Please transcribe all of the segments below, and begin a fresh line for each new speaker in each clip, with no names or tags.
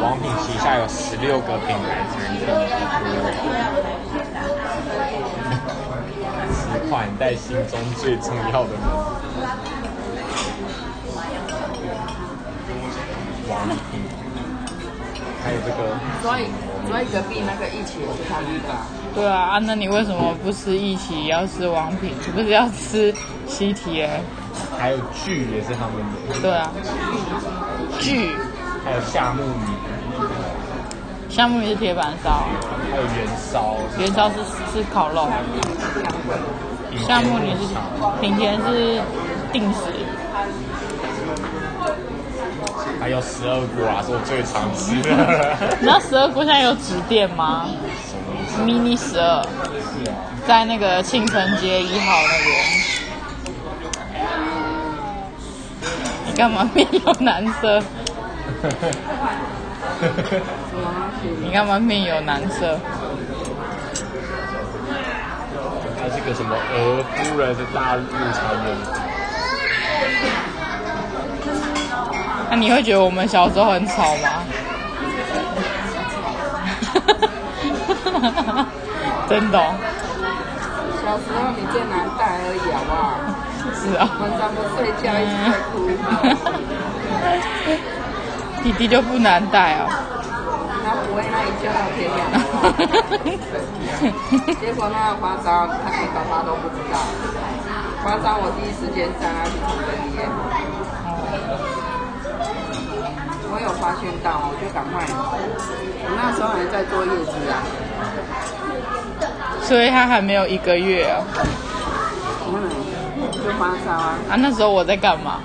王品旗下有十六个品牌产品，此款在心中最重要的王品，还有这个。
所以所以隔壁那个一起有看那个啊，
对啊，啊，那你为什么不吃一起，要吃王品？你不是要吃西提哎？
还有剧也是他们的，
对啊，巨
还有夏目米，
夏目鱼是铁板烧，
还有元烧，
元宵是是烤肉，
顶
夏
天
目你
牧
是
场
品田是定时，
还有十二锅啊，是我最常吃的。
你知道十二锅现在有纸店吗？mini 十二，
是啊，
在那个庆城街一号那边。你干嘛面有难色？你干嘛面有难色？
还有这个什么俄夫人的大陆传人，
那、你会觉得我们小时候很吵吗？ 真的哦、
小时候你最难带而已，好不好？
是啊、
晚上不睡觉一直在哭，
弟弟就不难带哦。
他不会那一觉到天亮，结果那个花招，他连爸爸都不知道。花招我第一时间在那里煮的耶，我有发现到，我就赶快，我那时候还在坐月子啊，
所以他还没有一个月哦。
嗯，就花招啊。
啊，那时候我在干嘛？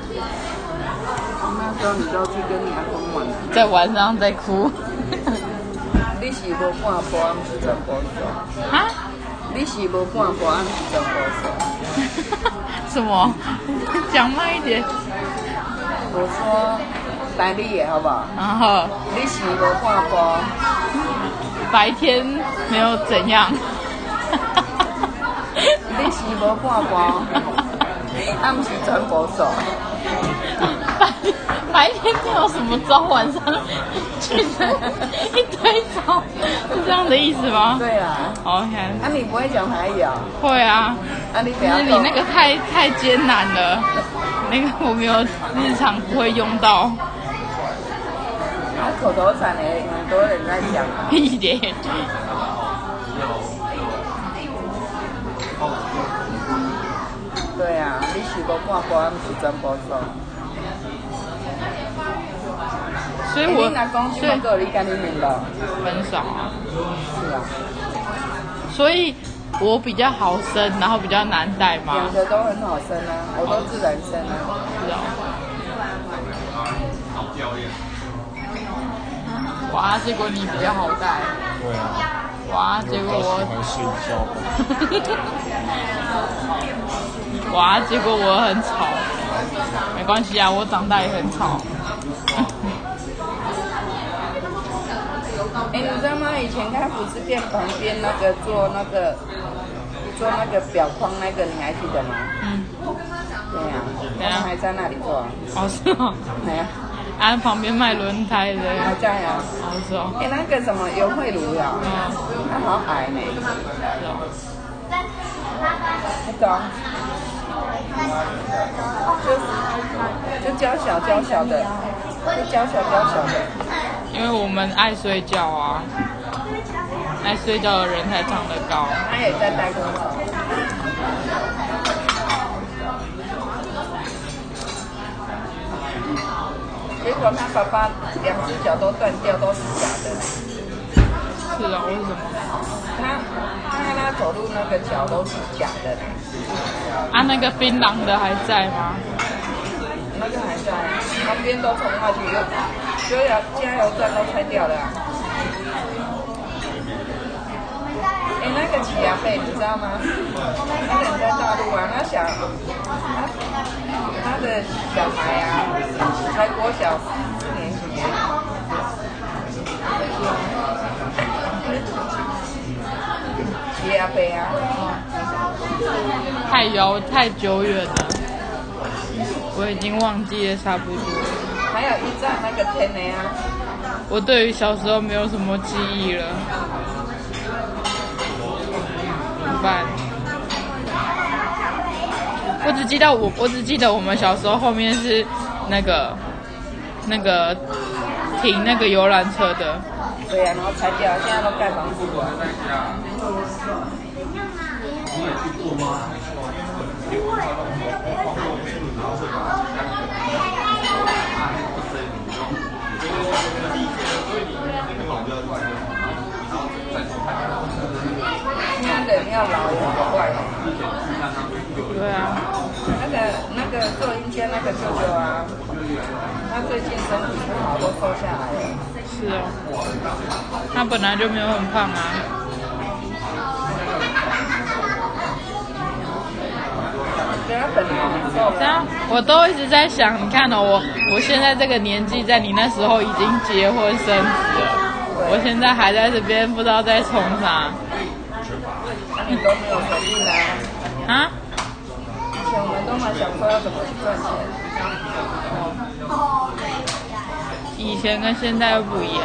那时候你都去跟你阿公玩，
在晚上在哭。
你是无半波，俺是十波手，
啊？
你是无半波，俺是十波手。
什么？ 讲慢一点。
我说台语的好不好？
然后
你是无半波，
白天没有怎样。
你是无半波，俺是全波手。
白 白天没有什么招，晚上去一堆招， 是这样的意思吗？
对啦，
OK，
啊你不会讲台语啊？
会啊，
啊你
就
等下
是你那个太太艰难了，那个我没有日常不会用到，
啊口头禅的很多人在讲，
屁 点。
对啊，你是无半波，俺是全波手。
所以
欸
我
你阿公
所
去
以
过你跟你面了，
很少啊，
是啊，
所以我比较好生，然后比较难带嘛，
两个都很好生啊，我都自然生啊。
是哦。哇，结果你比较好带，
对啊，
哇，
我
结
比
果
较喜
我，
欢睡觉，
哇，结果我很吵，没关系啊，我长大也很吵。
哎、你知道吗？以前开服饰店旁边那个做那个做那个表框那个，你还记得吗？
嗯，
对呀、
对
他
啊
们还在那里做、啊，
哦是哦，
没有、
啊旁边卖轮胎的，
还在呀、啊。
哦是哦，
哎、那个什么尤慧茹呀，
嗯
她啊好矮呢、
是哦，
不高。就就娇小娇小的，就娇小娇小的。
因为我们爱睡觉啊，爱睡觉的人才长得高。
她也在代工厂。结果他爸爸两只脚都断掉，都是假的。
是啊，为什么？
他他他走路那个脚都是假的，
啊那个槟榔的还在吗？
那个还在旁边都冲下去，又就要加油站都拆掉了、啊。哎、那个起亚贝你知道吗？他人在大陆啊，他想他他的小孩啊，才国小四年级耶，起亚贝啊，
太遥太久远了，我已经忘记的差不多了。
还有一张那个天雷啊，
我对于小时候没有什么记忆了，怎么办？我只记得我，我只记得我们小时候后面是那个那个停那个游览车的，
对啊，然后拆掉，现在都盖房子了。现在人要老也好怪哦，
对啊，
那个那个做音间那个舅舅啊，他最近身体不好都瘦下来了。
是哦，他本来就没有很胖啊，
对啊，本来很瘦
这样
了，
啊我都一直在想，你看哦，我我现在这个年纪，在你那时候已经结婚生子了，我现在还在这边不知道在冲啥
那你都没有手艺啊。
啊。
以前我们都还想说要怎么去赚钱，
以前跟现在又不一样。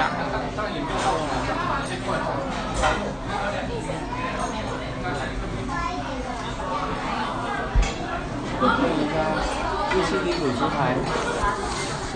日式低骨猪排，